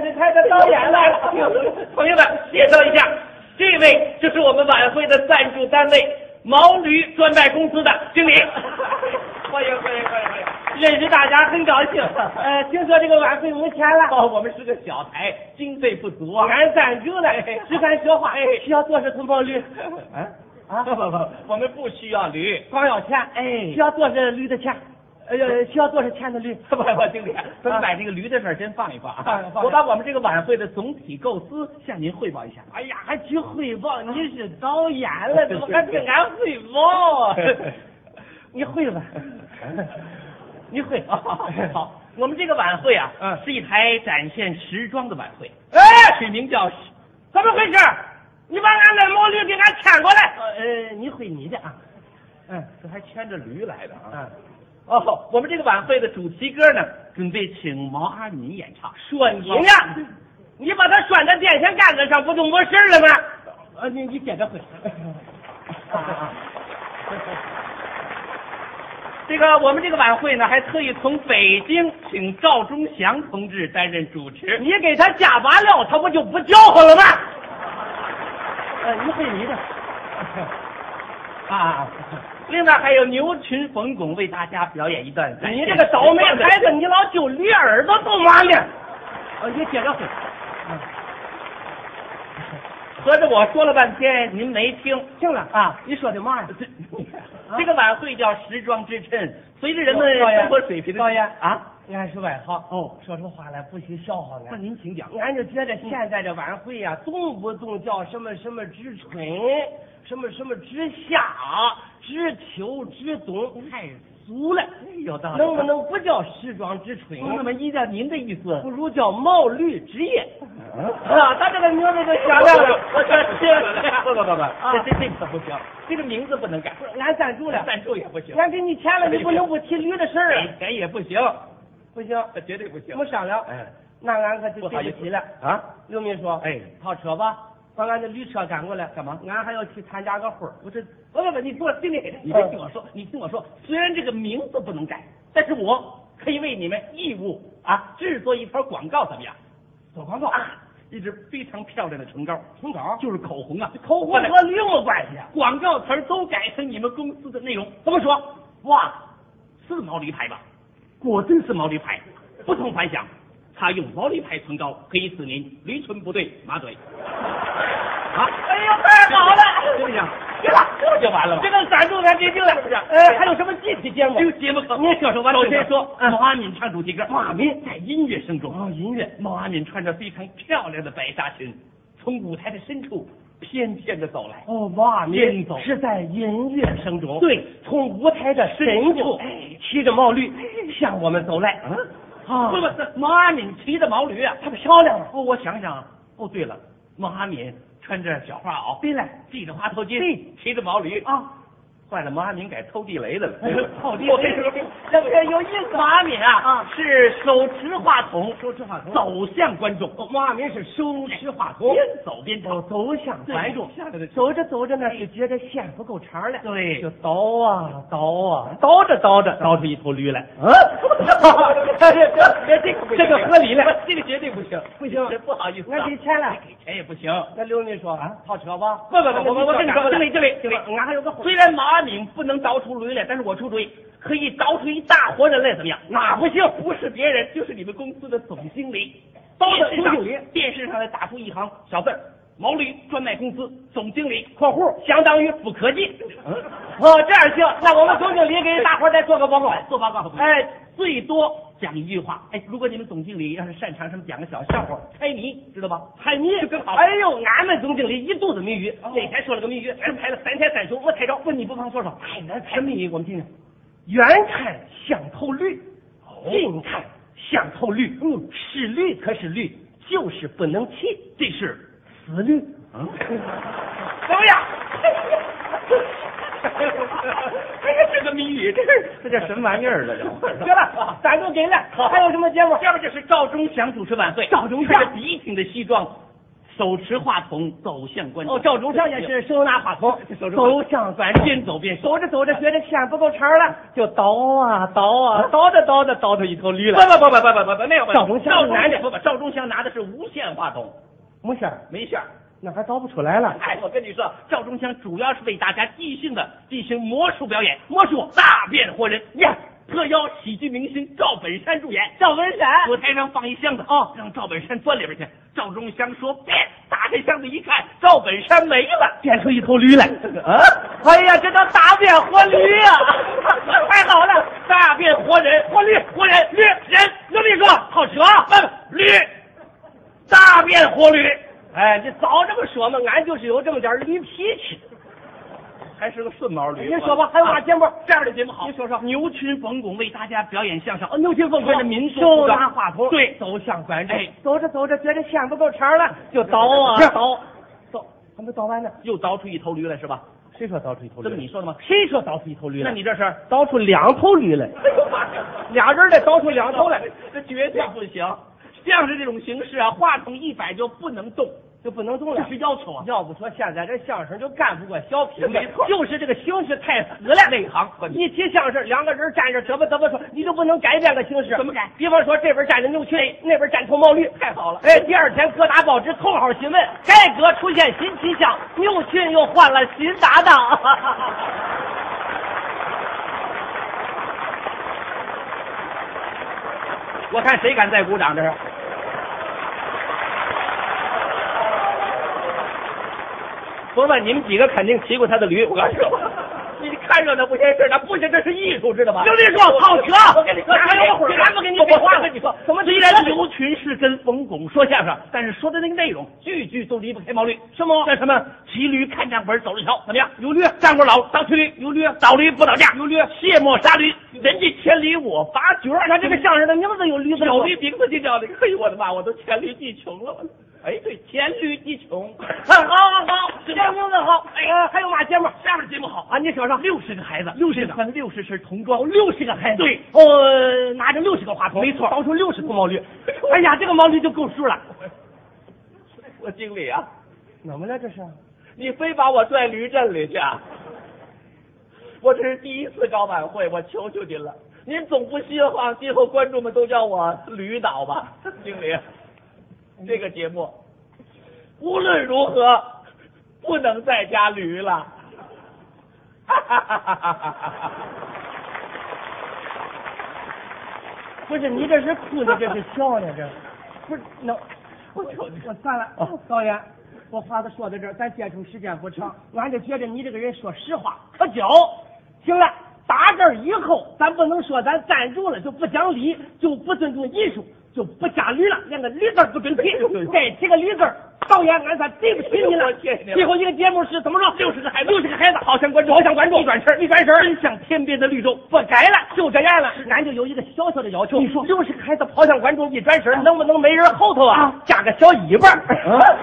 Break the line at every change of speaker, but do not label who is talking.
派的啊导演来了。
朋友们，介绍一下，这位就是我们晚会的赞助单位毛驴专卖公司的经理。
欢迎欢迎欢迎欢迎！
认识大家很高 兴。呃，听说这个晚会无钱了，
哦，我们是个小台，经费不足啊。
俺赞助了，只敢说
哎
话，需要多少通报率？
啊啊不不不， 我们不需要 驴，
光要钱，
哎
需要多少驴的钱？哎呀，需要多少钱的啊驴？
不不不，经理，啊咱们把这个驴的事儿先放一放
放一
啊。
放
我把我们这个晚会的总体构思向您汇报一下。
哎呀，还去汇报？你是导演了，怎么还跟俺汇报啊？ 你会吧？你会啊？ 好，我们这个晚会啊，
嗯
是一台展现时装的晚会，
哎，
取名叫“怎么回事？你把俺的毛驴给俺牵过来。”呃，你会你的啊？
嗯，这还牵着驴来的啊。
嗯，哦，我们这个晚会的主题歌呢，准备请毛阿敏演唱。
拴
你呢？你把它拴在电线杆子上，不就没事儿了吗？ 呃，你你接着 啊会。这个我们这个晚会呢，还特意从北京请赵忠祥同志担任主持。你给他加把料，他不就不叫唤了吗？呃，你会你的。啊，另外还有牛群冯巩为大家表演一段。你这个倒霉孩子，你老揪驴耳朵干嘛呢？呃，你接着会。嗯合着我说了半天，您没听？听了啊！你说的嘛呀？这
啊
这个晚会叫时装之衬，随着人们
导演
生活水平的
导演
啊，
俺是外行哦，说出话来不许笑话
那
俺。
您请讲。
俺就觉得现在这晚会呀、动不动叫什么什么之春，什么什么之夏，之秋之冬，太俗了。
有道
能不能不叫时装之春？
同志们依照您的意思
不，如叫毛驴之夜。
啊，他这个名字就响亮 了。不不不不，这这这可不行，这个名字不能改，
俺赞助了，
赞助也不行，
俺给你钱了，你不
哎
能不提驴的事儿啊！
钱也不行，
不行，
这绝对不哎行
没。商量，
哎，
那俺可就
不好
对
意
不
思
起了。
啊，
刘秘书，
哎，
套车吧，把俺的驴车赶过来。
干嘛
俺还要去参加个婚儿。
不是，不不不，你听我，经理，你别听我说，你听我说，虽然这个名字不能改，但是我可以为你们义务啊制作一条广告，怎么样？
做广告
啊，一支非常漂亮的唇膏，
唇膏
就是口红啊，
口红
我来
和驴有没关系啊？
广告词儿都改成你们公司的内容。怎么说？哇，是毛驴牌吧？果真是毛驴牌，不同凡响。他用毛驴牌唇膏可以使您驴唇不对马嘴。啊！
哎呦，太好了！
行不行？
行了
这不就完了吗？哎
这个赞助咱别定了，是不是？呃，还有什么具体节目
这？个节目可您说说吧。首先说，
嗯哦
毛阿敏唱主题歌，毛阿敏在音乐声中，音乐，毛阿敏穿着非常漂亮的白纱裙，从舞台的深处翩翩的走来。
哦，哇，
边
您
走
是在音乐声中，
对，
从舞台的深处，哎，骑着毛驴向我们走来。
嗯，
啊
不不，是毛阿敏骑着毛驴啊，
太漂亮了。
哦，我想想啊，哦，对了，毛阿敏穿着小花袄，
对了，
系着花头巾，
对，
骑着毛驴。
啊，
坏了，毛阿敏改偷地雷的
哎
了
好厉
我跟你说
害，这不哎是有意思
毛
吗？
阿敏啊，
啊哦
是手持话筒，
手持话筒
走向观众，
哦毛阿敏是手持话筒，哦
边走边
走
唱，
走向观众
对下来的，
走着走着呢，就觉得线不够长了，
对
就倒啊倒 啊，倒着倒着倒出一头驴 来。嗯，
这这这个不行
这个合理了，
这个绝对不行，
不行
这不好意思啊，
俺给钱了。
给钱也不行。
那刘秘书啊，套车吧？
不不不，我我跟你说，经理经理经理，
俺还有个婚，
虽然毛阿敏不能倒出驴来，但是我出主意，可以倒出一大活人来，怎么样？
哪不行？
不是别人，就是你们公司的总经理。包的
总经理，
电视上还打出一行小字儿：毛驴专卖公司总经理嗯（括弧相当于副科技
哦，这样行，那我们总经理给大伙儿再做个报告。）。
做报告，哎，最多讲一句话。哎，如果你们总经理要是擅长什么，讲个小笑话，猜谜，知道吧？
嗨，你
就更好
哎呦，俺们总经理一肚子谜语，
那天说了个谜语，咱猜哎了三天三宿，我猜着。问你不妨说说。
哎，那什么谜语？我们听听。远看像头驴，近看像头驴。哦嗯，是驴可是驴，就是不能骑，
这是
死驴。
怎么 样？哎呀，这个谜语，这是
这叫什么玩意儿了？
这
行 了，咱就给了。还有什么节目？
下面就是赵忠祥主持晚会，
赵忠祥
穿着笔挺的西装，手持话筒走向观众。
哦，赵忠昌也是手拿话筒，
手拿话
走向观众，
边走边说。
走着走着觉得线不够长了，就倒啊倒啊，倒着倒着倒出一头驴
不
来。
不不不不不不不，那个
赵忠祥
赵忠
拿的
不不，赵忠祥拿的是无线话筒，
没事儿，
没线儿。
那还倒不出来了。
哎，我跟你说，赵忠祥主要是为大家即兴的进行魔术表演，魔术大变活人呀！特邀喜剧明星赵本山主演，
赵文山
舞台上放一箱子啊
哦
让赵本山钻里边去。赵忠祥说变，打开箱子一看，赵本山没了，变出一头驴来。
啊！哎呀，这叫大变活驴啊呀、
太好了，大变活人，活驴，活人，驴人，我跟你说，好车，
啊嗯
不驴，大变活驴，
哎，你早这么说嘛，俺就是有这么点驴脾气。
还是个顺毛驴。
您说吧，还有
啊
俺节目，嗯
这样的节目好。
您说说
牛群冯巩为大家表演相声，哦，
牛群凤
这是民族
手拿话筒，
对
走向观众
哎。
走着走着，觉得线不够长了，就倒啊
是
倒，倒，还没倒完呢。
又倒出一头驴来是吧？
谁说倒出一头驴
这
来？
么你说的吗？
哦谁说倒出一头驴来？
那你这是？
倒出两头驴来，
哎呦妈呀！
俩人得倒出两头来，，
这绝对不行。像是这种形式啊，话筒一摆就不能动，
就不能动
这
了。
是要 求啊。
要不说现在这相声就干不过小品的
没错
就是这个形式太死了。
内行和你
一提相声，两个人站着嘚吧嘚吧说，你就不能改变个形式。
怎么改？
比方说这边站着牛群，那边站头毛驴，
太好了
哎，第二天各大报纸头号新闻，改革出现新气象，牛群又换了新搭档。
我看谁敢再鼓掌，这是。甭问你们几个肯定骑过他的驴，我告诉你，你看热闹不嫌事儿大，不行，这是艺术，知道吗？
刘立说好车
我跟你说，
哪有会儿
咱们跟你
我
废话
我
跟你说，
怎么
虽然刘群是跟冯巩说相声，但是说的那个内容，句句都离不开毛驴。什么？像什么骑驴看账本走着瞧，怎么样？有驴，站过老当骑驴，有驴，倒驴不倒架，有驴，卸磨杀驴，人家千里我拔角儿，
那这个相声的名字有驴子吗
小驴名字就叫那个，嘿，我的妈，我都黔驴技穷了，我。哎，对，黔驴技穷。
好好好，这
是
个
吧
名字好。哎呀，还有嘛节目？
下面节目好，
啊，你说说。
六十个孩子，六十穿六十身童装，
六十个孩子，
对，
哦，拿着六十个话筒，
没错
倒出六十头毛驴，哎呀，这个毛驴就够数了。
我经理啊，
怎么了这是？
你非把我拽驴阵里去啊？我这是第一次搞晚会，我求求您了，您总不希望今后观众们都叫我驴导吧？经理，这个节目无论如何不能再加驴了。 哈哈哈哈哈哈！
不是你这是哭呢，这是笑呢， 这不是那我我算了
哦，
导演，我话都说到这儿，咱接触时间不长，俺就觉得你这个人说实话可交。行了，打这儿以后，咱不能说咱赞助了就不讲理，就不尊重艺术，就不加驴了，连个驴字儿不准提
哎呦呦呦，
再提个驴字儿，导演俺算对不起你 了
我谢谢你。了
最后一个节目是怎么说？
六十个孩子，
六十个孩子，
好像观众，
好像观众
一转身，
一转身
真像天边的绿洲，不改了，就这样了。
俺就有一个小小的要啊
啊
求，你说，就是孩子跑向观众一转身，能不能没人后头啊，加个小尾巴儿？